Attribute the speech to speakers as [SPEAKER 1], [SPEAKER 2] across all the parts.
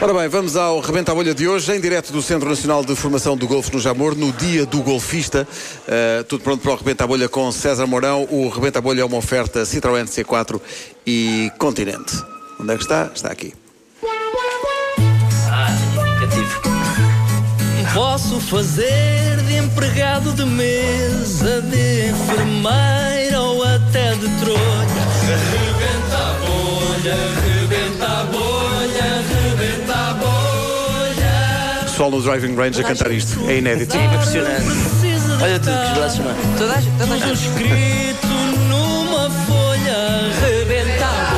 [SPEAKER 1] Ora bem, vamos ao Rebenta a Bolha de hoje, em direto do Centro Nacional de Formação do Golfo no Jamor, no dia do golfista. Uh, tudo pronto para o Rebenta a Bolha com César Mourão. O Rebenta a Bolha é uma oferta Citroën C4 e Continente. Onde é que está? Está aqui.
[SPEAKER 2] Ah, indicativo.
[SPEAKER 3] Posso fazer de empregado de mesa, de enfermeira ou até de trolha.
[SPEAKER 1] Pessoal no Driving Range a cantar isto. É inédito.
[SPEAKER 2] Impressionante. Olha tu que gelaço, mano.
[SPEAKER 4] Toda a gente, toda a
[SPEAKER 3] Tudo
[SPEAKER 4] gente.
[SPEAKER 3] escrito numa folha arrebentada.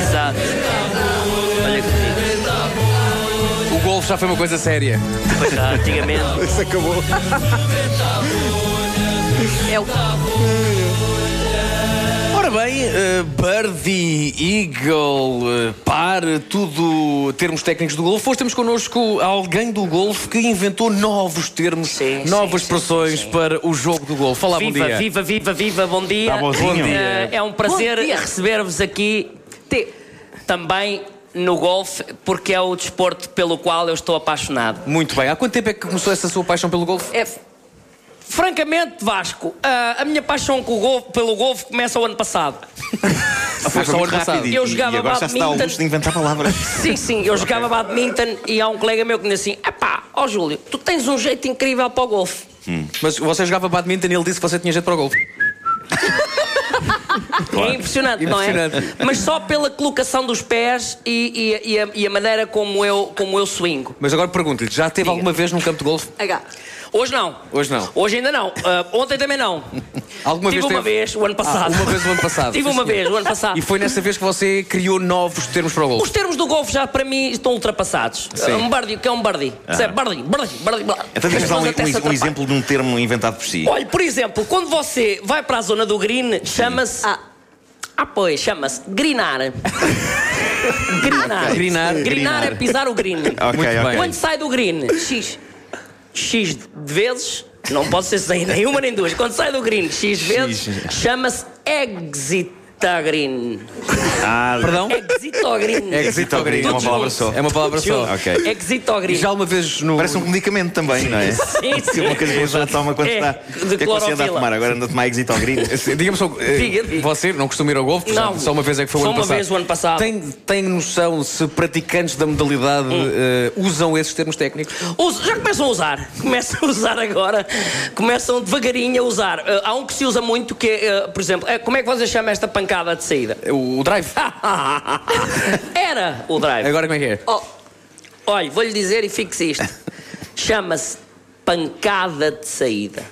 [SPEAKER 2] Exato. Olha que bonito.
[SPEAKER 5] O golfe já foi uma coisa séria.
[SPEAKER 2] Pois já, antigamente.
[SPEAKER 1] Isso acabou.
[SPEAKER 4] É o
[SPEAKER 5] Ora bem, eh, birdie, eagle, eh, par, tudo termos técnicos do golfe. Hoje temos connosco alguém do golfe que inventou novos termos,
[SPEAKER 2] Sim,
[SPEAKER 5] novas
[SPEAKER 2] sim,
[SPEAKER 5] expressões
[SPEAKER 2] sim, sim.
[SPEAKER 5] para o jogo do golfe. Olá,
[SPEAKER 2] viva,
[SPEAKER 5] bom dia.
[SPEAKER 2] viva, viva, viva, bom dia.
[SPEAKER 5] Tá bonzinho? Bom dia.
[SPEAKER 2] Eh, É um prazer
[SPEAKER 4] Bom dia.
[SPEAKER 2] receber-vos aqui
[SPEAKER 4] T.
[SPEAKER 2] também no golfe, porque é o desporto pelo qual eu estou apaixonado.
[SPEAKER 5] Muito bem. Há quanto tempo é que começou essa sua paixão pelo golfe?
[SPEAKER 4] F.
[SPEAKER 2] É Francamente, Vasco, ah, a minha paixão com o golfe- pelo golfe começa o ano passado.
[SPEAKER 5] foi só o ano passado.
[SPEAKER 2] Eu jogava
[SPEAKER 6] e agora já se dá ao
[SPEAKER 2] badminton.
[SPEAKER 6] luxo de inventar palavras.
[SPEAKER 2] Sim, sim, eu jogava badminton e há um colega meu que me disse assim: epá, ó Júlio, tu tens um jeito incrível para o golfe.
[SPEAKER 5] Mas você jogava badminton e ele disse que você tinha jeito para o golfe.
[SPEAKER 2] É impressionante, não
[SPEAKER 5] Impressionante.
[SPEAKER 2] é? Mas só pela colocação dos pés e, e- e a, e a maneira como eu, como eu swingo.
[SPEAKER 5] Mas agora pergunto-lhe, já teve alguma vez num campo de golfe?
[SPEAKER 4] H.
[SPEAKER 2] Hoje não.
[SPEAKER 5] Hoje não.
[SPEAKER 2] Hoje ainda não. Ah, ontem também não.
[SPEAKER 5] Alguma
[SPEAKER 2] Tive
[SPEAKER 5] vez
[SPEAKER 2] uma
[SPEAKER 5] teve?
[SPEAKER 2] vez o ano passado.
[SPEAKER 5] Ah, uma vez o ano passado.
[SPEAKER 2] Tive
[SPEAKER 5] Sim,
[SPEAKER 2] uma
[SPEAKER 5] senhor.
[SPEAKER 2] vez o ano passado.
[SPEAKER 5] E foi nessa vez que você criou novos termos para o golfe?
[SPEAKER 2] Os termos do golfe já para mim estão ultrapassados.
[SPEAKER 5] Sim. Ah.
[SPEAKER 2] Um bardi, o que é um bardi? Uhum. Bardi, bardi, bardi, bardi.
[SPEAKER 6] Então
[SPEAKER 2] As
[SPEAKER 6] deixa-nos dar
[SPEAKER 2] pessoas até
[SPEAKER 6] um, um-
[SPEAKER 2] se
[SPEAKER 6] um
[SPEAKER 2] atrapalham.
[SPEAKER 6] exemplo de um termo inventado por si.
[SPEAKER 2] Olha, por exemplo, quando você vai para a zona do green, chama-se.
[SPEAKER 4] A.
[SPEAKER 2] Ah, pois, chama-se grinar. grinar.
[SPEAKER 5] Grinar. Ah,
[SPEAKER 2] Grinar é pisar o green.
[SPEAKER 6] Ok,
[SPEAKER 5] Muito
[SPEAKER 6] ok.
[SPEAKER 5] bem.
[SPEAKER 2] Quando sai do green, X. X de vezes, não pode ser sem nenhuma nem duas. Quando sai do green, X vezes, chama-se exitagrin.
[SPEAKER 6] Ah,
[SPEAKER 5] Perdão?
[SPEAKER 2] Exitogrin.
[SPEAKER 6] Exitogrin,
[SPEAKER 5] Exitogrin.
[SPEAKER 6] é uma palavra só.
[SPEAKER 5] É uma palavra só.
[SPEAKER 6] Ok.
[SPEAKER 5] E
[SPEAKER 2] Exitogrin.
[SPEAKER 5] já uma vez no.
[SPEAKER 6] Parece um medicamento também, não é?
[SPEAKER 2] Sim, sim.
[SPEAKER 6] Uma coisa que a pessoa toma quando
[SPEAKER 2] É,
[SPEAKER 6] está.
[SPEAKER 2] de
[SPEAKER 6] O que é que você anda a
[SPEAKER 2] clorofila.
[SPEAKER 6] tomar? Agora anda a tomar exitogrino.
[SPEAKER 5] Diga-me só, eh,
[SPEAKER 2] Diga, diga.
[SPEAKER 5] você não costuma ir ao golfe?
[SPEAKER 2] Não.
[SPEAKER 5] portanto, Só uma vez é que foi o
[SPEAKER 2] Só
[SPEAKER 5] ano
[SPEAKER 2] uma
[SPEAKER 5] passado.
[SPEAKER 2] vez o ano passado.
[SPEAKER 5] Tem, tem noção se praticantes da modalidade
[SPEAKER 2] Hum.
[SPEAKER 5] eh, usam esses termos técnicos?
[SPEAKER 2] Usa- já começam a usar. Começam a usar agora. Começam devagarinho a usar. Eh, há um que se usa muito que é, eh, por exemplo, eh, como é que vocês chamam esta pancada de saída?
[SPEAKER 5] O, o drive.
[SPEAKER 2] Era o drive.
[SPEAKER 5] Agora como é que é?
[SPEAKER 2] Oh, olha, vou-lhe dizer e fixe isto. Chama-se pancada de saída.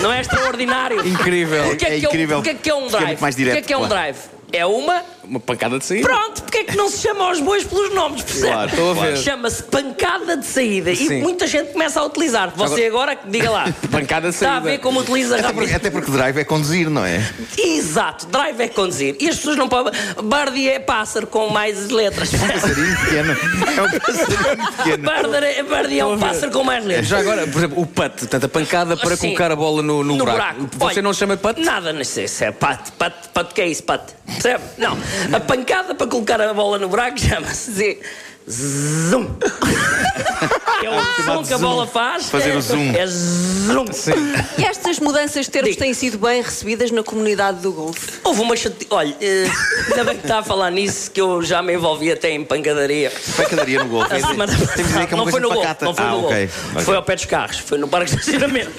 [SPEAKER 2] Não é extraordinário?
[SPEAKER 5] Incrível.
[SPEAKER 2] O que é,
[SPEAKER 6] É
[SPEAKER 2] que
[SPEAKER 6] incrível.
[SPEAKER 2] É um, o que é que é um
[SPEAKER 6] Fica
[SPEAKER 2] drive?
[SPEAKER 6] muito mais
[SPEAKER 2] o que é
[SPEAKER 6] direto,
[SPEAKER 2] que é um
[SPEAKER 6] claro.
[SPEAKER 2] drive? É uma.
[SPEAKER 5] Uma pancada de saída.
[SPEAKER 2] Pronto, porque é que não se chama aos bois pelos nomes, percebe?
[SPEAKER 6] Claro, estou
[SPEAKER 5] a ver.
[SPEAKER 2] Chama-se pancada de saída
[SPEAKER 5] Sim.
[SPEAKER 2] e muita gente começa a utilizar. Você agora, diga lá.
[SPEAKER 5] Pancada de
[SPEAKER 2] Está Tá a
[SPEAKER 5] saída.
[SPEAKER 2] ver como utiliza
[SPEAKER 6] Até É porque,
[SPEAKER 2] rápido.
[SPEAKER 6] até porque drive é conduzir, não é?
[SPEAKER 2] Exato, drive é conduzir. E as pessoas não podem. Bardi é pássaro com mais letras.
[SPEAKER 6] Passarinho pequeno. É um passarinho pequeno.
[SPEAKER 2] Bardi é- Bardi é um pássaro com mais letras.
[SPEAKER 5] Já agora, por exemplo, o putt, portanto, a pancada para
[SPEAKER 2] Sim.
[SPEAKER 5] colocar a bola no, no, buraco. Você
[SPEAKER 2] Olha,
[SPEAKER 5] não chama de putt?
[SPEAKER 2] Nada, não sei se é pat, pat, pat, que é isso, pat? Percebe? Não. A pancada para colocar a bola no buraco chama-se de zoom. é o som que a bola faz.
[SPEAKER 6] Fazer o zoom.
[SPEAKER 2] É zoom.
[SPEAKER 4] Estas mudanças de termos
[SPEAKER 2] Diga.
[SPEAKER 4] têm sido bem recebidas na comunidade do golfe.
[SPEAKER 2] Houve uma chate... Olha, eh, ainda bem que está a falar nisso que eu já me envolvi até em pancadaria.
[SPEAKER 6] Pancadaria no golfe.
[SPEAKER 2] A semana
[SPEAKER 6] Temos de dizer que é uma
[SPEAKER 2] Ah, não
[SPEAKER 6] coisa
[SPEAKER 2] foi no gol,
[SPEAKER 6] pacata.
[SPEAKER 2] não foi
[SPEAKER 6] ah,
[SPEAKER 2] no gol.
[SPEAKER 6] ok. Ah,
[SPEAKER 2] Foi ao pé dos carros, foi no parque de estacionamento.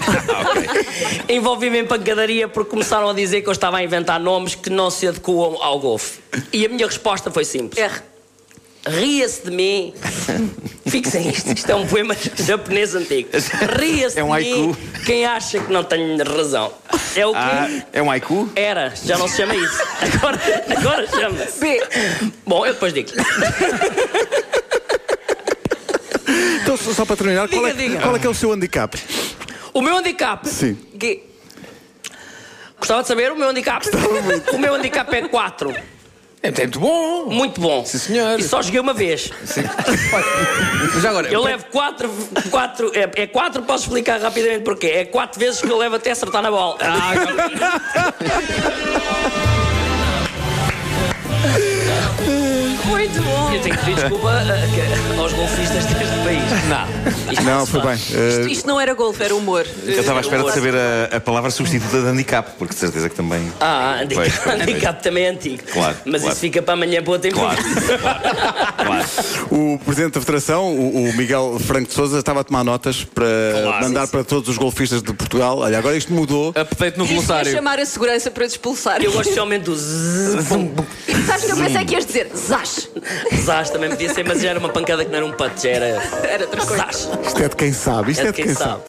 [SPEAKER 2] Envolvi-me em pancadaria porque começaram a dizer que eu estava a inventar nomes que não se adequam ao golfe. E a minha resposta foi simples.
[SPEAKER 4] R.
[SPEAKER 2] Ria-se de mim. Fixem isto, isto é um poema japonês antigo. Ria-se
[SPEAKER 6] É um
[SPEAKER 2] de mim
[SPEAKER 6] haiku.
[SPEAKER 2] quem acha que não tem razão. É o que
[SPEAKER 6] Ah, é um haiku?
[SPEAKER 2] era, já não se chama isso. Agora, agora chama-se.
[SPEAKER 4] B.
[SPEAKER 2] Bom, eu depois digo.
[SPEAKER 1] Então, só só para terminar, qual, é,
[SPEAKER 2] Diga, diga.
[SPEAKER 1] qual é que é o seu handicap?
[SPEAKER 2] O meu handicap
[SPEAKER 1] Sim.
[SPEAKER 4] G.
[SPEAKER 2] Gostava de saber o meu handicap. O meu handicap é 4.
[SPEAKER 5] É, é muito bom.
[SPEAKER 2] Muito bom.
[SPEAKER 5] Sim, senhor.
[SPEAKER 2] E só joguei uma vez.
[SPEAKER 5] Mas já agora,
[SPEAKER 2] Eu levo 4. Quatro, é 4, posso explicar rapidamente porquê. É 4 vezes que eu levo até acertar na bola.
[SPEAKER 5] Ah, agora-
[SPEAKER 2] Muito
[SPEAKER 4] muito bom.
[SPEAKER 2] Eu tenho que pedir desculpa eh, que- aos golfistas deste país. Não. Isto
[SPEAKER 6] Não,
[SPEAKER 2] se
[SPEAKER 6] foi bem.
[SPEAKER 2] faz.
[SPEAKER 1] Eh,
[SPEAKER 4] Isto, isto não era golfe, era humor.
[SPEAKER 6] Eu estava à espera de saber a, a palavra substituta de handicap, porque de certeza que também.
[SPEAKER 2] Ah, handicap,
[SPEAKER 6] Pois, pois, pois.
[SPEAKER 2] handicap também é antigo.
[SPEAKER 6] Claro,
[SPEAKER 2] Mas
[SPEAKER 6] claro.
[SPEAKER 2] isso fica para amanhã para outra
[SPEAKER 6] Claro,
[SPEAKER 2] informação.
[SPEAKER 6] claro, claro.
[SPEAKER 1] O presidente da Federação, o, o Miguel Franco de Souza, estava a tomar notas para
[SPEAKER 5] Claro.
[SPEAKER 1] mandar para todos os golfistas de Portugal. Olha, agora isto mudou.
[SPEAKER 5] Update no
[SPEAKER 4] Isto é
[SPEAKER 5] glossário.
[SPEAKER 4] chamar a segurança para te expulsar.
[SPEAKER 2] Eu gosto especialmente do zzz, um bum, bum.
[SPEAKER 4] Sabes que eu pensei que ias dizer zás.
[SPEAKER 2] Zás também podia ser, mas já era uma pancada que não era um pato, já era.
[SPEAKER 4] Era outra coisa.
[SPEAKER 2] Zás.
[SPEAKER 1] Isto é de quem sabe. Isto é de quem sabe.